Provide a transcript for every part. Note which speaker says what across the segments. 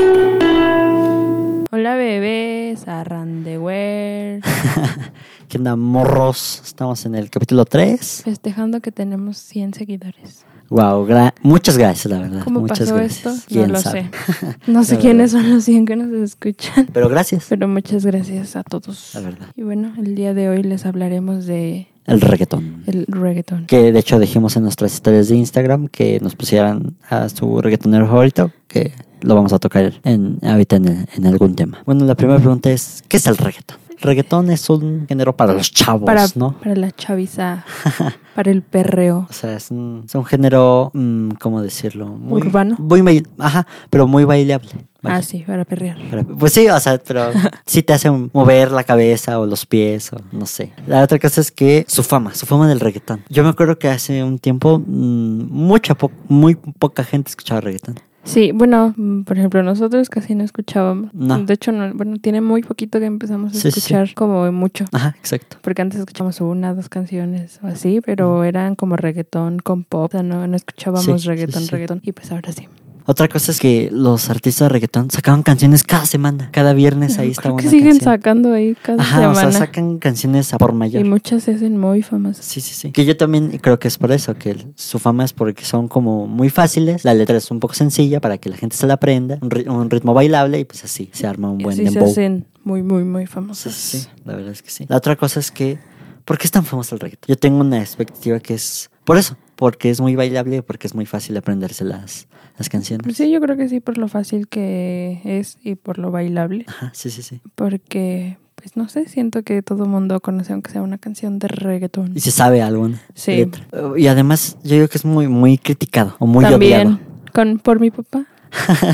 Speaker 1: onda, morros? Estamos en el capítulo 3.
Speaker 2: Festejando que tenemos 100 seguidores.
Speaker 1: Wow, gra- muchas gracias, la verdad.
Speaker 2: ¿Cómo
Speaker 1: Ah, muchas
Speaker 2: pasó
Speaker 1: gracias.
Speaker 2: esto? No
Speaker 1: ¿Quién
Speaker 2: lo
Speaker 1: sabe?
Speaker 2: sé. No sé
Speaker 1: La
Speaker 2: quiénes son los 100 que nos escuchan.
Speaker 1: Pero gracias.
Speaker 2: Pero muchas gracias a todos.
Speaker 1: La verdad.
Speaker 2: Y bueno, el día de hoy les hablaremos de
Speaker 1: El reggaetón.
Speaker 2: el reggaetón.
Speaker 1: Que de hecho dijimos en nuestras historias de Instagram que nos pusieran a su reggaetonero favorito, que lo vamos a tocar en, ahorita en, el- en algún tema. Bueno, la primera pregunta es, ¿qué es el reggaetón? El reggaetón es un género para los chavos,
Speaker 2: Para,
Speaker 1: ¿no?
Speaker 2: para la chaviza, para el perreo.
Speaker 1: O sea, es un, es un género, mm, ¿cómo decirlo? Muy,
Speaker 2: Urbano.
Speaker 1: Muy bail- ajá, pero muy bailable. Vaya.
Speaker 2: Ah, sí, para perrear.
Speaker 1: Pero- pues sí, o sea, pero sí te hace mover la cabeza o los pies o no sé. La otra cosa es que su fama, su fama del reggaetón. Yo me acuerdo que hace un tiempo mm, mucha po- muy poca gente escuchaba reggaetón.
Speaker 2: Sí, bueno, mm, por ejemplo, nosotros casi no escuchábamos.
Speaker 1: No.
Speaker 2: De hecho, no, bueno, tiene muy poquito que empezamos a
Speaker 1: Sí, sí, sí.
Speaker 2: escuchar como mucho.
Speaker 1: Ajá, exacto.
Speaker 2: Porque antes escuchamos una, dos canciones o así, pero eran como reggaetón con pop. O sea, no, no
Speaker 1: Sí,
Speaker 2: escuchábamos
Speaker 1: sí,
Speaker 2: reggaetón,
Speaker 1: sí.
Speaker 2: reggaetón. Y pues ahora sí.
Speaker 1: Otra cosa es que los artistas de reggaetón sacaban canciones cada semana, cada viernes ahí está
Speaker 2: Creo que
Speaker 1: una
Speaker 2: siguen
Speaker 1: canción.
Speaker 2: sacando ahí cada
Speaker 1: Ajá,
Speaker 2: semana.
Speaker 1: o sea, sacan canciones a por mayor.
Speaker 2: y muchas se hacen muy famosas.
Speaker 1: Sí, sí, sí. Que yo también creo que es por eso, que el- su fama es porque son como muy fáciles, la letra es un poco sencilla para que la gente se la aprenda, un, ri- un ritmo bailable y pues así se arma un
Speaker 2: Y
Speaker 1: buen
Speaker 2: así se
Speaker 1: dembow.
Speaker 2: hacen muy, muy, muy
Speaker 1: Sí,
Speaker 2: famosas.
Speaker 1: sí, sí, la verdad es que sí. La otra cosa es que, ¿por qué es tan famoso el reggaetón? Yo tengo una expectativa que es por eso, porque es muy bailable y porque es muy fácil aprenderse las, las
Speaker 2: Pues
Speaker 1: canciones.
Speaker 2: sí, yo creo que sí, por lo fácil que es y por lo bailable.
Speaker 1: Ajá, sí, sí, sí.
Speaker 2: Porque, pues no sé, siento que todo mundo conoce aunque sea una canción de reggaetón.
Speaker 1: Y se sabe alguna
Speaker 2: Sí.
Speaker 1: letra. Eh, Y además, yo digo que es muy, muy criticado o muy
Speaker 2: También
Speaker 1: odiado.
Speaker 2: con Por mi papá.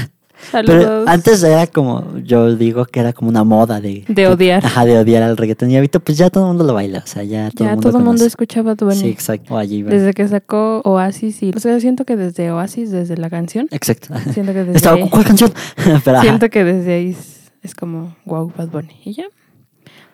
Speaker 2: Saludos.
Speaker 1: Pero antes era como, yo digo que era como una moda de...
Speaker 2: De odiar.
Speaker 1: Ajá, de odiar al reggaetón. Y ahorita pues ya todo el mundo lo baila, o sea, ya todo
Speaker 2: ya
Speaker 1: el mundo
Speaker 2: todo el mundo
Speaker 1: conoce.
Speaker 2: escuchaba Bad Bunny.
Speaker 1: Sí, exacto. O allí,
Speaker 2: Desde que sacó Oasis y... O sea, siento que desde Oasis, desde la canción,
Speaker 1: Exacto.
Speaker 2: siento que desde...
Speaker 1: Estaba, ¿cuál canción? Pero, ajá.
Speaker 2: Siento que desde ahí es, es como, wow, Bad Bunny. Y ya.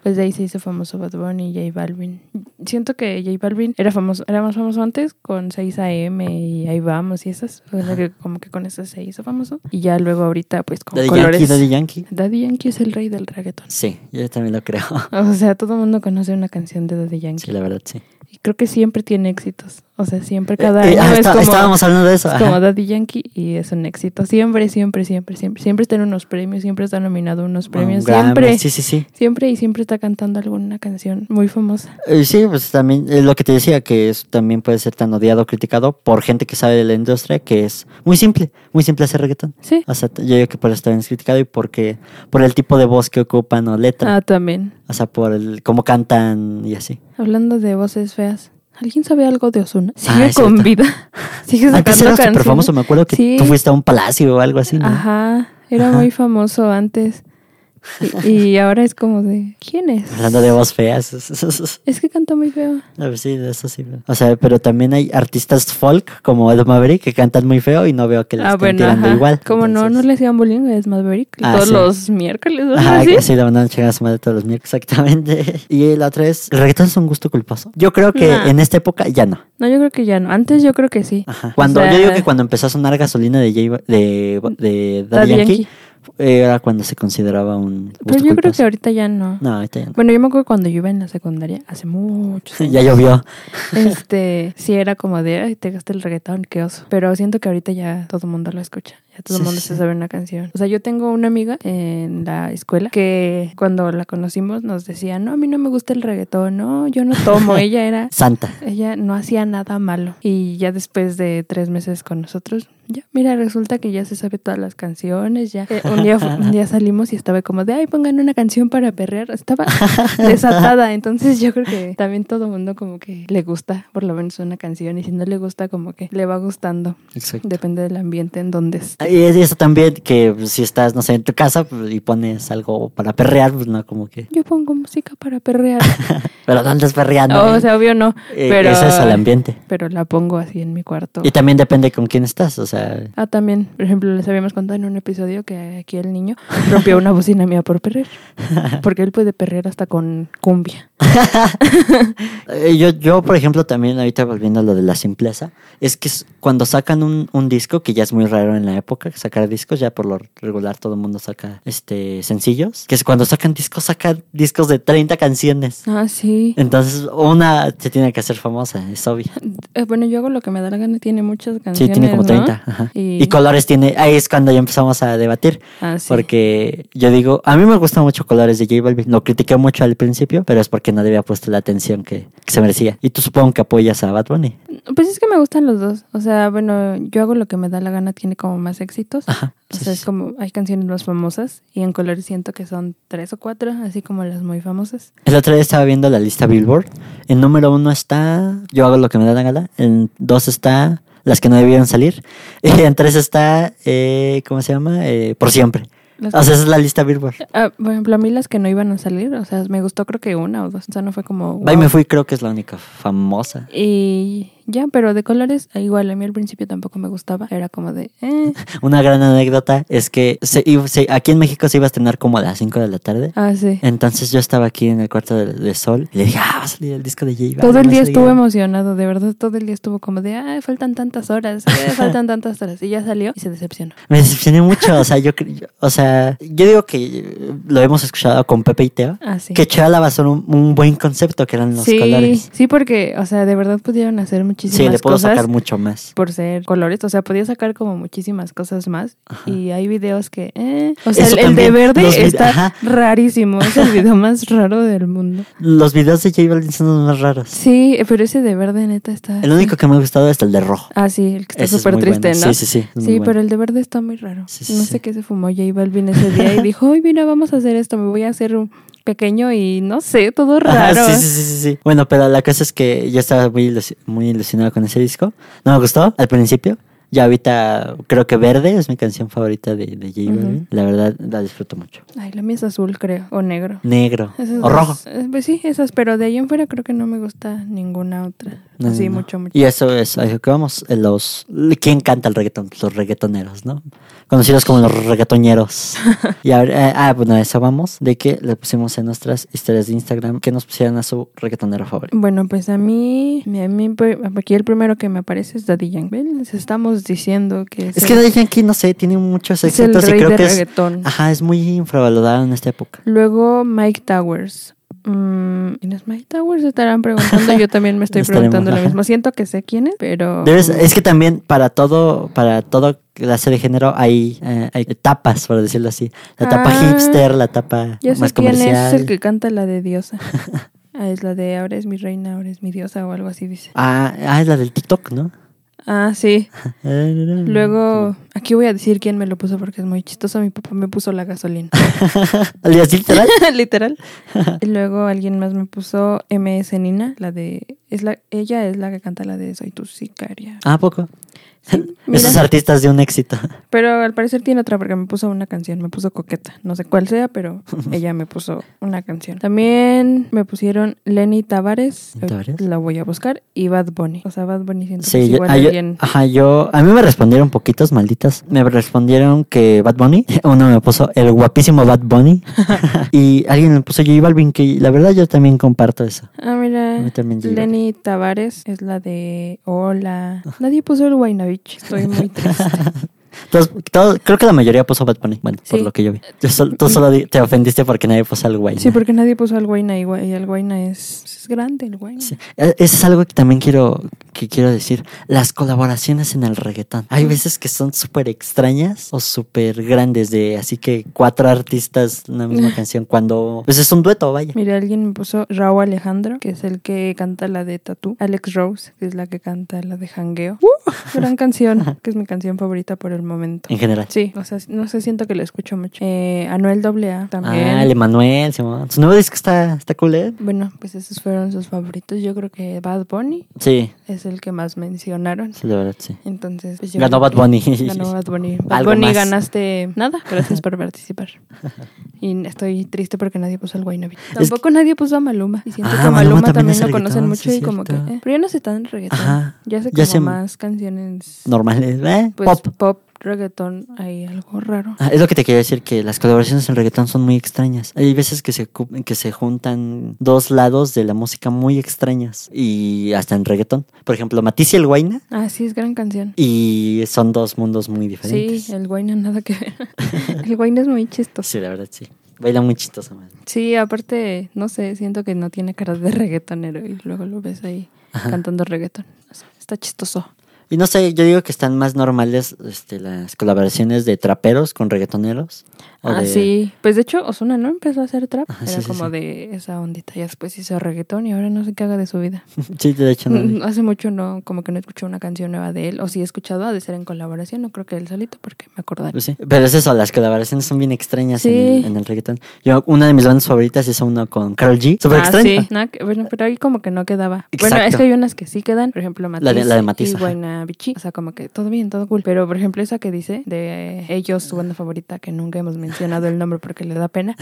Speaker 2: Pues de ahí se hizo famoso Bad Bunny, J Balvin. Siento que J Balvin era famoso, era más famoso antes con 6 AM y ahí vamos y esas. O sea, que como que con esas se hizo famoso. Y ya luego ahorita pues con
Speaker 1: Daddy
Speaker 2: colores.
Speaker 1: Yankee, Daddy Yankee.
Speaker 2: Daddy Yankee es el rey del reggaetón.
Speaker 1: Sí, yo también lo creo.
Speaker 2: O sea, todo el mundo conoce una canción de Daddy Yankee.
Speaker 1: Sí, la verdad, sí.
Speaker 2: Y creo que siempre tiene éxitos. O sea, siempre cada
Speaker 1: Eh, eh,
Speaker 2: año
Speaker 1: ah,
Speaker 2: es
Speaker 1: está-
Speaker 2: como...
Speaker 1: Estábamos hablando de eso.
Speaker 2: Es
Speaker 1: ajá.
Speaker 2: como Daddy Yankee y es un éxito. Siempre, siempre, siempre, siempre. Siempre está en unos premios, siempre está nominado a unos
Speaker 1: Un
Speaker 2: premios.
Speaker 1: Grammy,
Speaker 2: siempre,
Speaker 1: Sí, sí, sí.
Speaker 2: siempre y siempre está cantando alguna canción muy famosa.
Speaker 1: Eh, sí, pues también es lo que te decía, que es, también puede ser tan odiado o criticado por gente que sabe de la industria, que es muy simple, muy simple hacer reggaetón.
Speaker 2: Sí.
Speaker 1: O sea, t- yo digo que por eso también es criticado y porque por el tipo de voz que ocupan o letra.
Speaker 2: Ah, también.
Speaker 1: O sea, por el cómo cantan y así.
Speaker 2: Hablando de voces feas. ¿Alguien sabe algo de Osuna?
Speaker 1: Ah,
Speaker 2: Sigue
Speaker 1: es
Speaker 2: con
Speaker 1: cierto.
Speaker 2: vida. Sigue sacando
Speaker 1: Antes era súper
Speaker 2: canciones.
Speaker 1: famoso, me acuerdo que
Speaker 2: Sí.
Speaker 1: tú fuiste a un palacio o algo así, ¿no?
Speaker 2: Ajá. Era muy famoso antes. Y, y ahora es como de... ¿Quién es?
Speaker 1: Hablando de voz feas.
Speaker 2: Es que canta muy feo.
Speaker 1: A ver, sí, de eso sí. O sea, pero también hay artistas folk como Ed Maverick que cantan muy feo y no veo que les
Speaker 2: Ah,
Speaker 1: estén
Speaker 2: bueno,
Speaker 1: tirando
Speaker 2: ajá.
Speaker 1: igual.
Speaker 2: Como no, no
Speaker 1: entonces-
Speaker 2: le hacían bullying a Ed Maverick
Speaker 1: Ah,
Speaker 2: todos
Speaker 1: sí.
Speaker 2: los miércoles, ¿no?
Speaker 1: Ajá,
Speaker 2: Así.
Speaker 1: que sí, le van a chingar a su madre todos los miércoles, exactamente. Y la otra es, ¿el reggaetón es un gusto culposo? Yo creo que
Speaker 2: Nah.
Speaker 1: en esta época ya no.
Speaker 2: No, yo creo que ya no. Antes yo creo que sí.
Speaker 1: Ajá. Cuando,
Speaker 2: O sea,
Speaker 1: yo digo que cuando empezó a sonar gasolina de, J Ba- de, de Daddy
Speaker 2: Daddy
Speaker 1: Yankee,
Speaker 2: Yankee.
Speaker 1: era cuando se consideraba un gusto
Speaker 2: Pero yo creo que
Speaker 1: culposo.
Speaker 2: ahorita ya no.
Speaker 1: No, ahorita ya no.
Speaker 2: Bueno, yo me acuerdo cuando yo iba en la secundaria, hace muchos años.
Speaker 1: ya llovió.
Speaker 2: este, sí era como de, ay, te gasté el reggaetón, qué oso. Pero siento que ahorita ya todo el mundo lo escucha. Ya todo el
Speaker 1: Sí,
Speaker 2: mundo
Speaker 1: sí,
Speaker 2: se
Speaker 1: sí.
Speaker 2: sabe una canción. O sea, yo tengo una amiga en la escuela que cuando la conocimos nos decía, no, a mí no me gusta el reggaetón, no, yo no tomo. Ella era
Speaker 1: Santa.
Speaker 2: Ella no hacía nada malo. Y ya después de tres meses con nosotros, ya, mira, resulta que ya se sabe todas las canciones, ya. Eh, un, día, fu- un día salimos y estaba como de, ay, pongan una canción para perrear. Estaba desatada. Entonces yo creo que también todo mundo como que le gusta por lo menos una canción. Y si no le gusta, como que le va gustando.
Speaker 1: Exacto.
Speaker 2: Depende del ambiente en donde es.
Speaker 1: Y es eso también, que pues, si estás, no sé, en tu casa pues, y pones algo para perrear, pues no, como que...
Speaker 2: Yo pongo música para perrear.
Speaker 1: Pero no andas perreando.
Speaker 2: No,
Speaker 1: ¿eh?
Speaker 2: o sea, obvio no.
Speaker 1: Eh,
Speaker 2: pero,
Speaker 1: Eso es el ambiente.
Speaker 2: pero la pongo así en mi cuarto.
Speaker 1: Y también depende con quién estás, o sea, sea,
Speaker 2: Ah, también, por ejemplo, les habíamos contado en un episodio que aquí el niño rompió una bocina mía por perrer. Porque él puede perrer hasta con cumbia.
Speaker 1: Eh, Yo, yo, por ejemplo, también ahorita volviendo a lo de la simpleza, es que es- cuando sacan un, un disco, que ya es muy raro en la época, sacar discos, ya por lo regular todo el mundo saca este sencillos, que es cuando sacan discos, sacan discos de 30 canciones.
Speaker 2: Ah, sí.
Speaker 1: Entonces, una se tiene que hacer famosa, es obvio.
Speaker 2: Eh, bueno, yo hago lo que me da la gana. Tiene muchas canciones.
Speaker 1: Sí, tiene como
Speaker 2: ¿no?
Speaker 1: 30. ajá.
Speaker 2: Y,
Speaker 1: Y colores tiene, ahí es cuando ya empezamos a debatir.
Speaker 2: Ah, sí.
Speaker 1: Porque yo digo, a mí me gustan mucho colores de J Balvin. Lo critiqué mucho al principio, pero es porque nadie había puesto la atención que, que se merecía. Y tú supongo que apoyas a Bad Bunny.
Speaker 2: Pues es que me gustan los dos. O sea, bueno, yo hago lo que me da la gana, tiene como más éxitos.
Speaker 1: Ajá,
Speaker 2: O
Speaker 1: sí,
Speaker 2: sea,
Speaker 1: sí,
Speaker 2: es como, hay canciones más famosas y en color siento que son tres o cuatro, así como las muy famosas.
Speaker 1: El otro día estaba viendo la lista Billboard. En número uno está Yo hago lo que me da la gala. En dos está Las que no debieron salir. Y en tres está, eh, ¿cómo se llama? Eh, Por siempre. O
Speaker 2: Las-
Speaker 1: sea, esa es la lista Billboard.
Speaker 2: Ah, por ejemplo, a mí las que no iban a salir, o sea, me gustó creo que una o dos, o sea, no fue como...
Speaker 1: Ahí
Speaker 2: wow.
Speaker 1: me fui, creo que es la única famosa.
Speaker 2: Y ya, pero de colores, ah, igual, a mí al principio tampoco me gustaba, era como de... Eh.
Speaker 1: Una gran anécdota es que se- y- se- aquí en México se iba a estrenar como a las 5 de la tarde.
Speaker 2: Ah, sí.
Speaker 1: Entonces yo estaba aquí en el cuarto de, de sol y le dije, ah, va a salir el disco de J Balvin.
Speaker 2: Todo el
Speaker 1: va a
Speaker 2: día
Speaker 1: salir".
Speaker 2: estuvo emocionado, de verdad, todo el día estuvo como de, ah, faltan tantas horas, ah, faltan tantas horas. Y ya salió y se decepcionó.
Speaker 1: Me decepcioné mucho, o sea, yo, cre- yo- o sea, yo digo que eh, lo hemos escuchado con Pepe y Teo,
Speaker 2: Ah, sí.
Speaker 1: que Chala va a ser un, un buen concepto que eran los
Speaker 2: sí,
Speaker 1: colores.
Speaker 2: Sí, porque, o sea, de verdad pudieron hacer muchísimas
Speaker 1: Sí, le puedo
Speaker 2: cosas
Speaker 1: sacar mucho más.
Speaker 2: por ser colores. O sea, podía sacar como muchísimas cosas más. Y hay videos que, eh, o sea,
Speaker 1: Eso
Speaker 2: el, el de
Speaker 1: también,
Speaker 2: verde
Speaker 1: los vid-
Speaker 2: está
Speaker 1: ajá.
Speaker 2: rarísimo. Es el video más raro del mundo.
Speaker 1: Los videos de J Balvin son los más raros.
Speaker 2: Sí, pero ese de verde neta está...
Speaker 1: El único que me ha gustado es el de rojo.
Speaker 2: Ah, sí, el que está
Speaker 1: Ese es
Speaker 2: súper
Speaker 1: muy
Speaker 2: triste,
Speaker 1: bueno.
Speaker 2: ¿no?
Speaker 1: Sí, sí, sí. es muy
Speaker 2: Sí,
Speaker 1: bueno.
Speaker 2: pero el de verde está muy raro.
Speaker 1: Sí, sí,
Speaker 2: no
Speaker 1: sí.
Speaker 2: sé qué se fumó J Balvin ese día y dijo, ay, mira, vamos a hacer esto, me voy a hacer un pequeño y no sé, todo
Speaker 1: Ajá,
Speaker 2: raro.
Speaker 1: Ah, Sí, sí, sí, sí, sí. Bueno, pero la cosa es que yo estaba muy, ilus- muy ilusionado con ese disco. No me gustó al principio. Ya ahorita creo que Verde es mi canción favorita de, de J Balvin.
Speaker 2: Ujú.
Speaker 1: La verdad, la disfruto mucho.
Speaker 2: Ay, la mía es azul, creo, o negro.
Speaker 1: Negro
Speaker 2: Esas
Speaker 1: Mm. o
Speaker 2: dos.
Speaker 1: rojo.
Speaker 2: Eh, Pues sí, esas, pero de ahí en fuera creo que no me gusta ninguna otra.
Speaker 1: No, no,
Speaker 2: sí,
Speaker 1: no.
Speaker 2: mucho, mucho.
Speaker 1: Y eso es a lo que vamos. eh, Los, ¿Quién canta el reggaetón? Los reggaetoneros, ¿no? Conocidos como los reggaetoneros. y ahora- eh, ah, bueno, a eso vamos. De que le pusimos en nuestras historias de Instagram que nos pusieran a su reggaetonero favorito.
Speaker 2: Bueno, pues a mí, a mí, pues, aquí el primero que me aparece es Daddy Yankee. ¿Ven? Les estamos diciendo que
Speaker 1: Es que Daddy Yankee, no sé, tiene muchos
Speaker 2: es el
Speaker 1: éxitos
Speaker 2: rey
Speaker 1: y creo
Speaker 2: de
Speaker 1: que es
Speaker 2: reggaetón.
Speaker 1: Ajá, es muy infravalorado en esta época.
Speaker 2: Luego Mike Towers. Mm, ¿Quién es Mike Towers? Se estarán preguntando. Yo también me estoy
Speaker 1: Estaremos,
Speaker 2: preguntando lo
Speaker 1: ajá.
Speaker 2: mismo. Siento que sé quién es, pero.
Speaker 1: Debes- es que también para todo, para todo clase de género hay, eh, hay etapas, por decirlo así. La etapa
Speaker 2: Ah,
Speaker 1: hipster, la etapa
Speaker 2: Ya sé
Speaker 1: más
Speaker 2: quién es
Speaker 1: comercial.
Speaker 2: el que canta la de Diosa. Ah, es la de Ahora es mi reina, ahora es mi diosa o algo así dice.
Speaker 1: ah, ah, es la del TikTok, ¿no?
Speaker 2: Ah, sí.
Speaker 1: Mm,
Speaker 2: Luego, aquí voy a decir quién me lo puso porque es muy chistoso. Mi papá me puso la gasolina.
Speaker 1: ¿Al día literal?
Speaker 2: Literal. Y luego alguien más me puso MS Nina, la de. Es la, ella es la que canta la de Soy tu sicaria.
Speaker 1: ¿Ah, ¿a poco?
Speaker 2: Sí,
Speaker 1: Esos
Speaker 2: mira.
Speaker 1: artistas de un éxito.
Speaker 2: Pero al parecer tiene otra porque me puso una canción, me puso coqueta. No sé cuál sea, pero ella me puso una canción. También me pusieron Lenny Tavares.
Speaker 1: ¿Lenny Tavares?
Speaker 2: La voy a buscar. Y Bad Bunny. O sea, Bad Bunny siento que es
Speaker 1: Sí, yo,
Speaker 2: igual
Speaker 1: ah, yo-
Speaker 2: alguien.
Speaker 1: ajá, yo, a mí me respondieron poquitos, malditas. Me respondieron que Bad Bunny, uno me puso el guapísimo Bad Bunny y alguien me puso J Balvin, que la verdad yo también comparto eso.
Speaker 2: Ah,
Speaker 1: A
Speaker 2: mira.
Speaker 1: mí también llega.
Speaker 2: Lenny Tavares es la de Hola. Nadie puso el Guaynabich. Estoy muy triste.
Speaker 1: Todos- todos- creo que la mayoría puso Bad Bunny, bueno, por
Speaker 2: Sí.
Speaker 1: lo que yo vi. Yo sol- tú solo di- te ofendiste porque nadie puso al güey.
Speaker 2: Sí,
Speaker 1: ¿no?
Speaker 2: porque nadie puso al Guayna y Guay- y el Guayna es, es grande, el Guayna.
Speaker 1: Sí. E- Eso es algo que también quiero, que quiero decir. Las colaboraciones en el reggaetón. Hay veces que son súper extrañas o súper grandes, de así que cuatro artistas en la misma canción, cuando pues es un dueto, vaya.
Speaker 2: Mira, alguien me puso Raúl Alejandro, que es el que canta la de Tatú. Alex Rose, que es la que canta la de Hangueo. Gran canción, que es mi canción favorita por el momento.
Speaker 1: En general.
Speaker 2: Sí, o sea, no sé, siento que lo escucho mucho. Eh, Anuel AA también.
Speaker 1: Ah, el Emanuel, Simón. Su nuevo disco está, está cool, ¿eh?
Speaker 2: Bueno, pues esos fueron sus favoritos. Yo creo que Bad Bunny
Speaker 1: Sí,
Speaker 2: es el que más mencionaron.
Speaker 1: sí, la verdad, sí.
Speaker 2: Entonces, pues, yo
Speaker 1: Ganó
Speaker 2: creo
Speaker 1: Bad
Speaker 2: que
Speaker 1: Bunny.
Speaker 2: Ganó Bad Bunny. Bad
Speaker 1: Algo
Speaker 2: Bunny
Speaker 1: más.
Speaker 2: ganaste nada. Gracias por participar. Y estoy triste porque nadie puso al Guaynabi.
Speaker 1: Es
Speaker 2: Tampoco nadie puso a Maluma. Y siento
Speaker 1: Ah,
Speaker 2: que a Maluma,
Speaker 1: Maluma también
Speaker 2: también,
Speaker 1: es
Speaker 2: lo conocen
Speaker 1: reggaetón,
Speaker 2: mucho
Speaker 1: sí,
Speaker 2: y como que.
Speaker 1: cierto.
Speaker 2: eh, pero ya no sé tan reggaetón.
Speaker 1: Ajá.
Speaker 2: Ya sé
Speaker 1: Ya
Speaker 2: como
Speaker 1: sé-
Speaker 2: más canciones.
Speaker 1: Normales, ¿eh?
Speaker 2: pues,
Speaker 1: Pop.
Speaker 2: reggaetón, hay algo raro.
Speaker 1: Ah, es lo que te quería decir, que las colaboraciones en reggaetón son muy extrañas. Hay veces que se, ocup- que se juntan dos lados de la música muy extrañas. Y hasta en reggaetón. Por ejemplo, Matiz y el Guayna.
Speaker 2: Ah, sí, es gran canción.
Speaker 1: Y son dos mundos muy diferentes.
Speaker 2: Sí, el Guayna nada que ver. el Guayna es muy chistoso.
Speaker 1: Sí, la verdad, sí. Baila muy chistoso, man.
Speaker 2: Sí, aparte, no sé, siento que no tiene cara de reggaetonero y luego lo ves ahí cantando reggaeton. O sea, está chistoso.
Speaker 1: Y no sé, yo digo que están más normales este, las colaboraciones de traperos con reggaetoneros. o
Speaker 2: Ah,
Speaker 1: de-
Speaker 2: sí. Pues de hecho, Osuna no empezó a hacer trap.
Speaker 1: Ajá,
Speaker 2: Era
Speaker 1: sí, sí,
Speaker 2: como
Speaker 1: sí.
Speaker 2: de esa ondita. Y después hizo reggaetón y ahora no sé qué haga de su vida.
Speaker 1: Sí, de hecho, no vi.
Speaker 2: Hace mucho no, como que no escuché una canción nueva de él. O si he escuchado, ha de ser en colaboración. No creo que él solito, porque me acordaré.
Speaker 1: Pues sí. Pero es eso, las colaboraciones son bien extrañas en, el,
Speaker 2: Sí.
Speaker 1: en el reggaetón. Yo, una de mis bandas favoritas es una con Carol G. Súper
Speaker 2: ah,
Speaker 1: extraña.
Speaker 2: sí. Nada que- bueno, pero ahí como que no quedaba. Bueno,
Speaker 1: Exacto.
Speaker 2: es que hay unas que sí quedan. Por ejemplo, Matiz,
Speaker 1: La de- la de Matiz,
Speaker 2: y
Speaker 1: ajá.
Speaker 2: Guaynabichí. O sea, como que todo bien, todo cool. Pero, por ejemplo, esa que dice de ellos, su banda favorita, que nunca hemos mencionado el nombre porque le da pena.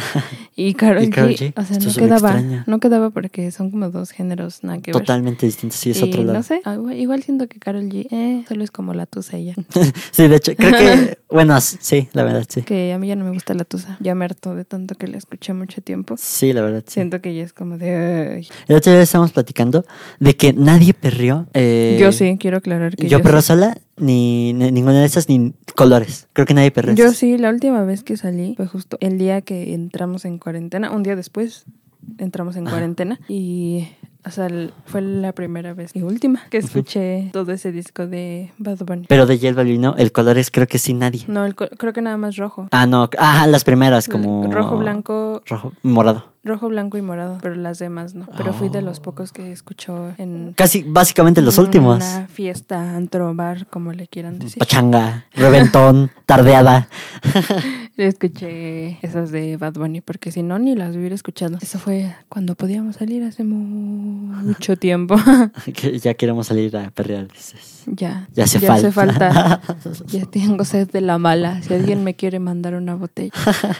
Speaker 2: Y Karol
Speaker 1: Y Karol
Speaker 2: G,
Speaker 1: G,
Speaker 2: O sea,
Speaker 1: esto
Speaker 2: no
Speaker 1: es súper
Speaker 2: quedaba.
Speaker 1: extraña.
Speaker 2: No quedaba porque son como dos géneros, nada que ver.
Speaker 1: Totalmente distinto, sí, es
Speaker 2: Y
Speaker 1: otro lado.
Speaker 2: no sé, ah, igual, igual siento que Carol G, eh, solo es como la tusa y ya.
Speaker 1: Sí, de hecho, creo que. bueno, s- sí, la verdad, sí.
Speaker 2: que a mí ya no me gusta la tusa. Ya me harto de tanto que la escuché mucho tiempo.
Speaker 1: Sí, la verdad, sí.
Speaker 2: Siento que ya es como de... "Ay".
Speaker 1: El otro día estábamos platicando de que nadie perrió. eh,
Speaker 2: yo sí, quiero aclarar que
Speaker 1: Yo,
Speaker 2: yo
Speaker 1: perro
Speaker 2: sí.
Speaker 1: sola, ni, ni- ninguna de esas, ni colores. Creo que nadie perrió.
Speaker 2: Yo
Speaker 1: esas.
Speaker 2: sí, la última vez que salí fue justo el día que entramos en cuarentena, un día después entramos en
Speaker 1: Ajá.
Speaker 2: cuarentena y o sea, el- fue la primera vez y última que escuché todo ese disco de Bad Bunny.
Speaker 1: Pero de J Balvin, no, el colores creo que sí nadie.
Speaker 2: No, el co- creo que nada más rojo.
Speaker 1: Ah, no, ah, las primeras como...
Speaker 2: Rojo, blanco,
Speaker 1: Rojo, morado.
Speaker 2: rojo, blanco y morado, pero las demás no. Pero fui de los pocos que escuchó en
Speaker 1: Casi, básicamente Oh.
Speaker 2: Mm,
Speaker 1: los últimos.
Speaker 2: Una fiesta, antro, bar, como le quieran decir.
Speaker 1: Pachanga, reventón, tardeada.
Speaker 2: Escuché esas de Bad Bunny porque si no, ni las hubiera escuchado. Eso fue cuando podíamos salir hace mucho tiempo.
Speaker 1: Que ya queremos salir a perrear, dices.
Speaker 2: ya.
Speaker 1: Ya hace
Speaker 2: hace falta.
Speaker 1: falta.
Speaker 2: Ya tengo sed de la mala. Si alguien me quiere mandar una botella,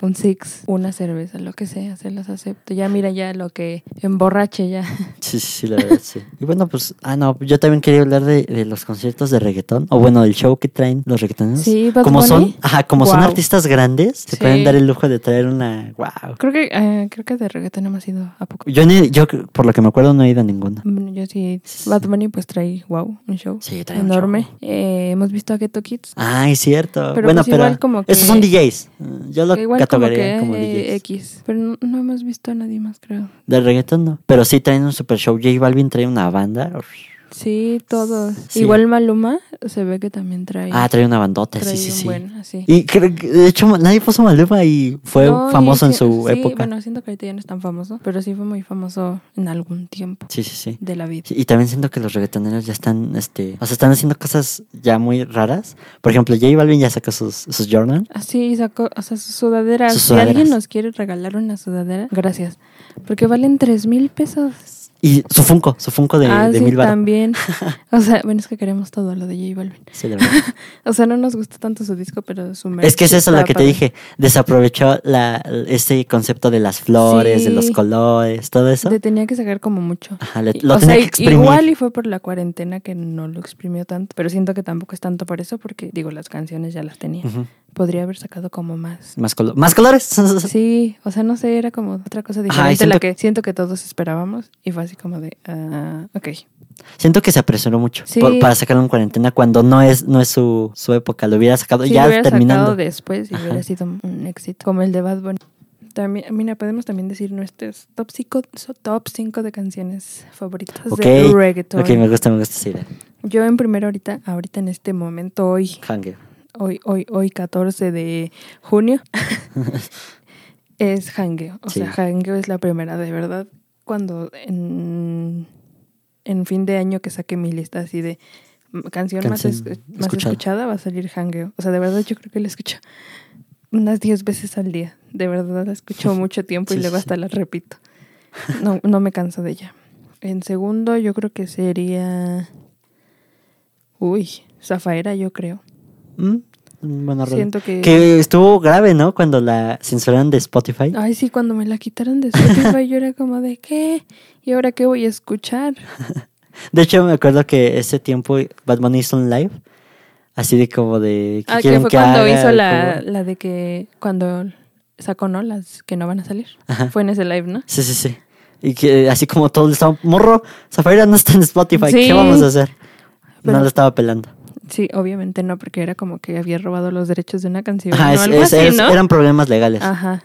Speaker 2: un six, una cerveza, lo que sea, se las acepto. Ya mira ya lo que emborrache ya.
Speaker 1: Sí, sí, sí, la verdad, sí. Y bueno, pues, ah, no, yo también quería hablar de, de los conciertos de reggaetón, o bueno, del show que traen los reggaetoneros.
Speaker 2: Sí, Bad
Speaker 1: como
Speaker 2: Bunny.
Speaker 1: son, ajá, como son
Speaker 2: Guau.
Speaker 1: artistas grandes, se
Speaker 2: Sí.
Speaker 1: pueden dar el lujo de traer una, wow.
Speaker 2: Creo que eh, creo que de reggaetón hemos ido a poco.
Speaker 1: Yo, ni- yo, por lo que me acuerdo, no he ido a ninguno.
Speaker 2: Bueno, yo sí. Bad Bunny pues trae, wow, un show
Speaker 1: Sí, trae un
Speaker 2: enorme.
Speaker 1: show.
Speaker 2: Eh, hemos visto a Ghetto Kids.
Speaker 1: Ah, es cierto.
Speaker 2: Pero
Speaker 1: bueno,
Speaker 2: pues
Speaker 1: pero
Speaker 2: igual como que-
Speaker 1: esos son DJs. Yo lo
Speaker 2: Igual como que
Speaker 1: catalogaría como,
Speaker 2: eh,
Speaker 1: DJs.
Speaker 2: X. Pero no, no hemos visto a nadie más, creo.
Speaker 1: Del reggaetón no. Pero sí traen un super show. J Balvin trae una banda.
Speaker 2: Sí, todos.
Speaker 1: Sí.
Speaker 2: Igual Maluma se ve que también trae.
Speaker 1: Ah, trae una bandota,
Speaker 2: trae
Speaker 1: sí, sí,
Speaker 2: un
Speaker 1: sí.
Speaker 2: buen, así.
Speaker 1: Y creo que, de hecho, nadie puso Maluma y fue
Speaker 2: No, y
Speaker 1: famoso en
Speaker 2: sí-
Speaker 1: su
Speaker 2: sí,
Speaker 1: época.
Speaker 2: Bueno, siento que ahorita ya no es tan famoso, pero sí fue muy famoso en algún tiempo
Speaker 1: Sí, sí, sí.
Speaker 2: de la vida.
Speaker 1: Sí, Y también siento que los reggaetoneros ya están, este, o sea, están haciendo cosas ya muy raras. Por ejemplo, J Balvin ya sacó sus, sus journal.
Speaker 2: Así sacó, o sea, sus sudaderas.
Speaker 1: Sus
Speaker 2: si
Speaker 1: sudaderas.
Speaker 2: alguien nos quiere regalar una sudadera, gracias. Porque valen tres mil pesos.
Speaker 1: Y su Funko, su Funko de,
Speaker 2: ah,
Speaker 1: de
Speaker 2: sí,
Speaker 1: mil baros.
Speaker 2: también. O sea, bueno, es que queremos todo lo de J Balvin.
Speaker 1: Sí, la verdad.
Speaker 2: O sea, no nos gusta tanto su disco, pero su merch
Speaker 1: Es que es eso
Speaker 2: está
Speaker 1: lo que te
Speaker 2: padre.
Speaker 1: dije. Desaprovechó la, ese concepto de las flores, de los
Speaker 2: Sí.
Speaker 1: colores, todo eso.
Speaker 2: Le tenía que sacar como mucho.
Speaker 1: Ajá, le-
Speaker 2: Y-
Speaker 1: lo
Speaker 2: o
Speaker 1: tenía
Speaker 2: sea,
Speaker 1: que exprimir.
Speaker 2: igual y fue por la cuarentena que no lo exprimió tanto, pero siento que tampoco es tanto por eso porque digo, las canciones ya las tenía.
Speaker 1: Ujú.
Speaker 2: Podría haber sacado como más.
Speaker 1: Más, colo- más colores.
Speaker 2: Sí, o sea, no sé, era como otra cosa diferente
Speaker 1: Ajá, y
Speaker 2: a la
Speaker 1: siento-
Speaker 2: que siento que todos esperábamos y fue así como de, ah, ok.
Speaker 1: Siento que se apresuró mucho
Speaker 2: Sí.
Speaker 1: por- para sacarlo en cuarentena cuando no es, no es su, su época. Lo hubiera sacado
Speaker 2: Sí, lo
Speaker 1: ya
Speaker 2: hubiera
Speaker 1: terminando.
Speaker 2: sacado después y
Speaker 1: Ajá.
Speaker 2: hubiera sido un éxito, como el de Bad Bunny. También, mira, podemos también decir nuestros top 5 top cinco de canciones favoritas
Speaker 1: Ok.
Speaker 2: de reggaeton.
Speaker 1: Ok, me gusta, me gusta esa idea.
Speaker 2: Yo en primero ahorita, ahorita en este momento, hoy,
Speaker 1: Hangue.
Speaker 2: hoy, hoy, hoy 14 de junio, es Hangeo. O
Speaker 1: Sí.
Speaker 2: sea, Hangeo es la primera, de verdad. Cuando en, en fin de año que saque mi lista así de mm, canción, más,
Speaker 1: Canción
Speaker 2: escu- más
Speaker 1: escuchada.
Speaker 2: escuchada va a salir Hangeo. O sea, de verdad yo creo que la escucho unas 10 veces al día. De verdad la escucho mucho tiempo y
Speaker 1: Sí,
Speaker 2: luego
Speaker 1: sí,
Speaker 2: hasta la repito. No, no me canso de ella. En segundo yo creo que sería... Uy, Zafaera yo creo.
Speaker 1: Mm, un buena rola.
Speaker 2: Siento que-
Speaker 1: Que estuvo grave, ¿no? Cuando la censuraron de Spotify.
Speaker 2: Ay, sí, cuando me la quitaron de Spotify yo era como de qué y ahora qué voy a escuchar.
Speaker 1: De hecho, me acuerdo que ese tiempo Bad Bunny hizo un live. Así de como de... ¿qué
Speaker 2: Ah, que
Speaker 1: quieren
Speaker 2: fue cuando
Speaker 1: haga?
Speaker 2: hizo la,
Speaker 1: Como-
Speaker 2: la de que cuando sacó no las que no van a salir.
Speaker 1: Ajá.
Speaker 2: Fue en ese live, ¿no?
Speaker 1: Sí, sí, sí. Y que así como todo le estaba... Morro, Zafaira no está en Spotify.
Speaker 2: Sí.
Speaker 1: ¿Qué vamos a hacer?
Speaker 2: Pero-
Speaker 1: No lo estaba pelando.
Speaker 2: Sí, obviamente no, porque era como que había robado los derechos de una canción
Speaker 1: Ajá,
Speaker 2: o
Speaker 1: Ah, es-
Speaker 2: algo
Speaker 1: es-
Speaker 2: así,
Speaker 1: es-
Speaker 2: ¿no? Ah.
Speaker 1: Eran problemas legales.
Speaker 2: Ajá.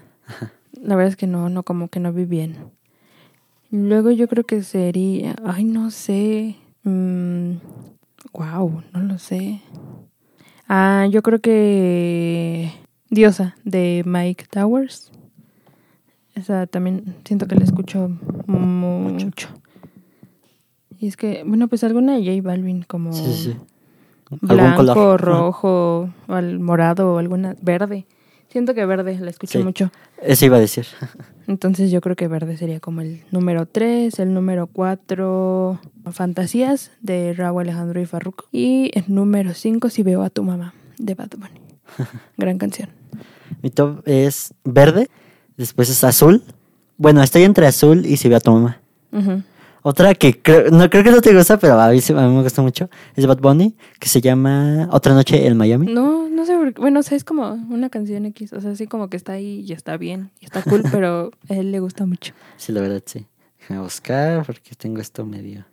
Speaker 2: La verdad es que no, no, como que no vi bien. Luego yo creo que sería, ay, no sé. wow, no lo sé. Ah, yo creo que Diosa de Mike Towers. Esa también siento que la escucho mucho. Y es que, bueno, pues alguna de J Balvin como
Speaker 1: Sí, sí, sí.
Speaker 2: blanco,
Speaker 1: color.
Speaker 2: rojo, o al morado, o alguna verde. Siento que verde, la escucho
Speaker 1: Sí.
Speaker 2: mucho.
Speaker 1: Eso iba a decir.
Speaker 2: Entonces yo creo que verde sería como el número 3, el número 4, Fantasías de Raúl Alejandro y Farruko. Y el número 5, Si veo a tu mamá, de Bad Bunny. Gran canción.
Speaker 1: Mi top es verde, después es azul. Bueno, estoy entre azul y si veo a tu mamá.
Speaker 2: Ujú.
Speaker 1: Otra que creo, no creo que no te gusta, pero a mí, sí- a mí me gusta mucho, es Bad Bunny, que se llama Otra Noche en Miami.
Speaker 2: No, no sé por qué. Bueno, o sea, es como una canción X. O sea, así como que está ahí y está bien, y está cool, pero a él le gusta mucho.
Speaker 1: Sí, la verdad, sí. Déjame buscar porque tengo esto medio...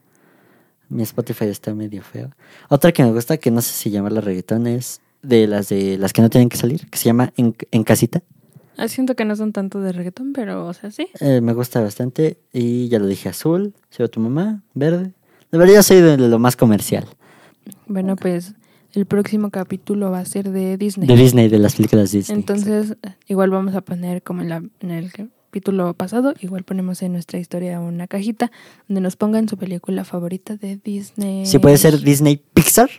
Speaker 1: Mi Spotify está medio feo. Otra que me gusta, que no sé si llamarla reggaetón, es de las de las que no tienen que salir, que se llama En, En Casita.
Speaker 2: Ah, siento que no son tanto de reggaetón, pero, o sea, sí.
Speaker 1: Eh, me gusta bastante y ya lo dije, azul, se ve tu mamá, verde. La verdad, yo soy de lo más comercial.
Speaker 2: Bueno, pues el próximo capítulo va a ser de Disney.
Speaker 1: De Disney, de las películas Disney.
Speaker 2: Entonces, igual vamos a poner como en, la- en el capítulo pasado, igual ponemos en nuestra historia una cajita donde nos pongan su película favorita de Disney.
Speaker 1: Si puede ser Disney Pixar,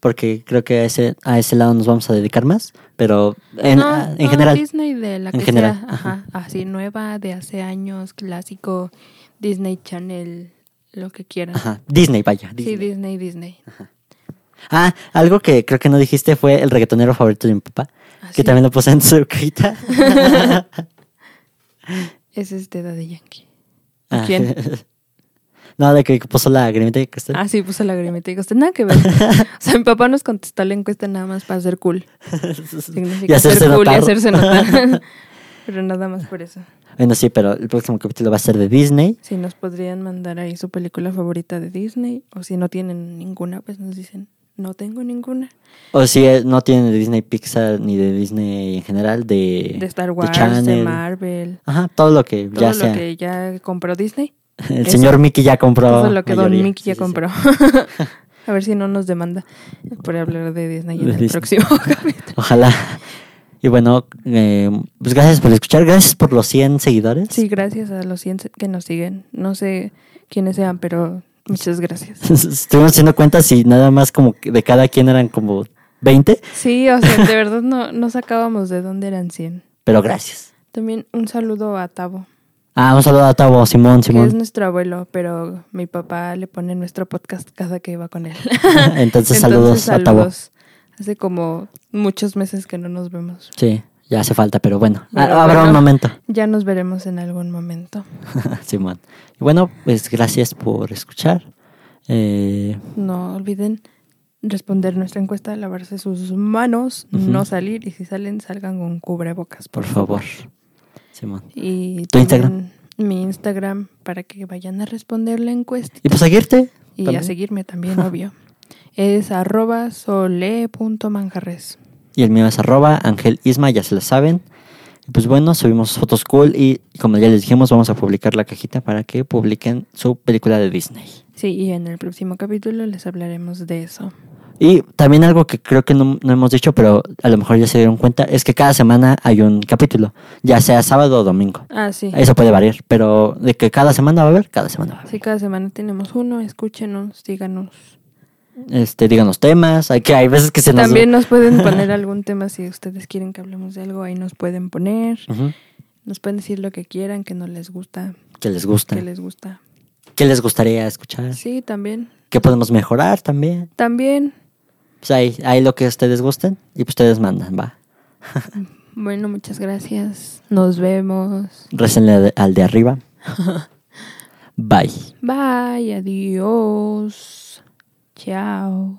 Speaker 1: porque creo que a ese, a ese lado nos vamos a dedicar más, pero en,
Speaker 2: No,
Speaker 1: a- en
Speaker 2: no,
Speaker 1: general.
Speaker 2: Disney de la
Speaker 1: En
Speaker 2: que
Speaker 1: general,
Speaker 2: sea, ajá, así nueva, de hace años, clásico, Disney Channel, lo que quieran.
Speaker 1: Ajá, Disney, vaya.
Speaker 2: Sí,
Speaker 1: Disney.
Speaker 2: Disney, Disney.
Speaker 1: Ah, algo que creo que no dijiste fue el reggaetonero favorito de mi papá,
Speaker 2: Ah,
Speaker 1: que
Speaker 2: sí.
Speaker 1: también lo puse en su cajita.
Speaker 2: Ese es de Daddy Yankee.
Speaker 1: Ah,
Speaker 2: ¿Quién?
Speaker 1: no, la que puso la gremita de costal.
Speaker 2: Ah, sí, puso la grimita y digo, nada que ver. O sea, mi papá nos contestó la encuesta nada más para ser cool.
Speaker 1: Y
Speaker 2: Significa
Speaker 1: hacerse
Speaker 2: ser cool y
Speaker 1: notar.
Speaker 2: hacerse notar. Pero nada más por eso.
Speaker 1: Bueno, sí, pero el próximo capítulo va a ser de Disney.
Speaker 2: Si nos podrían mandar ahí su película favorita de Disney, o si no tienen ninguna, pues nos dicen, no tengo ninguna.
Speaker 1: O si eh, no tienen de Disney Pixar ni de Disney en general, de,
Speaker 2: De Star Wars, de,
Speaker 1: Channel.
Speaker 2: Marvel,
Speaker 1: Ajá, todo lo que
Speaker 2: todo
Speaker 1: ya
Speaker 2: lo
Speaker 1: sea.
Speaker 2: que ya compró Disney,
Speaker 1: El
Speaker 2: Eso.
Speaker 1: señor Mickey ya compró.
Speaker 2: todo lo que
Speaker 1: mayoría.
Speaker 2: Don Mickey
Speaker 1: Sí,
Speaker 2: ya
Speaker 1: sí, sí.
Speaker 2: compró. A ver si no nos demanda por hablar de Disney en
Speaker 1: De
Speaker 2: el
Speaker 1: Disney.
Speaker 2: próximo capítulo.
Speaker 1: Ojalá. Y bueno, eh, pues gracias por escuchar, gracias por los 100 seguidores.
Speaker 2: Sí, gracias a los 100 que nos siguen. No sé quiénes sean, pero muchas gracias.
Speaker 1: Estuvimos haciendo cuentas y nada más como que de cada quien eran como 20,
Speaker 2: Sí, o sea, de verdad no, no sacábamos de dónde eran 100.
Speaker 1: pero gracias.
Speaker 2: También un saludo a Tavo,
Speaker 1: Ah, un saludo a Tavo, Simón,
Speaker 2: que es
Speaker 1: Simón.
Speaker 2: nuestro abuelo, pero mi papá le pone nuestro podcast cada que va con él.
Speaker 1: Entonces, saludos a Tavo.
Speaker 2: Hace como muchos meses que no nos vemos.
Speaker 1: Sí, ya hace falta, pero bueno, a-
Speaker 2: Pero
Speaker 1: Ah, habrá un
Speaker 2: bueno.
Speaker 1: momento.
Speaker 2: Ya nos veremos en algún momento.
Speaker 1: Simón. Y bueno, pues gracias por escuchar. Eh,
Speaker 2: No olviden responder nuestra encuesta, lavarse sus manos, no salir y si salen, salgan con cubrebocas,
Speaker 1: por favor. Simón.
Speaker 2: Y
Speaker 1: ¿Tu
Speaker 2: también
Speaker 1: Instagram?
Speaker 2: Mi Instagram para que vayan a responder la encuesta
Speaker 1: Y pues seguirte.
Speaker 2: y a
Speaker 1: también.
Speaker 2: seguirme también, obvio. Es arroba sole.manjarres.
Speaker 1: Y el mío es arroba Ángel Isma, ya se lo saben. Y pues bueno, subimos fotos cool y como ya les dijimos, vamos a publicar la cajita para que publiquen su película de Disney.
Speaker 2: Sí, y en el próximo capítulo les hablaremos de eso.
Speaker 1: Y también algo que creo que no, no hemos dicho, pero a lo mejor ya se dieron cuenta, es que cada semana hay un capítulo, ya sea sábado o domingo.
Speaker 2: Ah, sí.
Speaker 1: Eso puede variar, pero de que cada semana va a haber, cada semana va a haber.
Speaker 2: Sí, cada semana tenemos uno. Escúchenos, díganos.
Speaker 1: Este, digan los temas, hay que hay veces que se nos...
Speaker 2: También nos pueden poner algún tema si ustedes quieren que hablemos de algo. Ahí nos pueden poner.
Speaker 1: Ujú,
Speaker 2: Nos pueden decir lo que quieran, que no les gusta,
Speaker 1: que les gusta.
Speaker 2: que les gusta.
Speaker 1: ¿Qué les gustaría escuchar?
Speaker 2: Sí, también.
Speaker 1: ¿Qué podemos mejorar también?
Speaker 2: También.
Speaker 1: Pues ahí, ahí lo que ustedes gusten y pues ustedes mandan, va.
Speaker 2: Bueno, muchas gracias. Nos vemos.
Speaker 1: Récenle al de- al de arriba. Bye.
Speaker 2: Bye, adiós. Chao.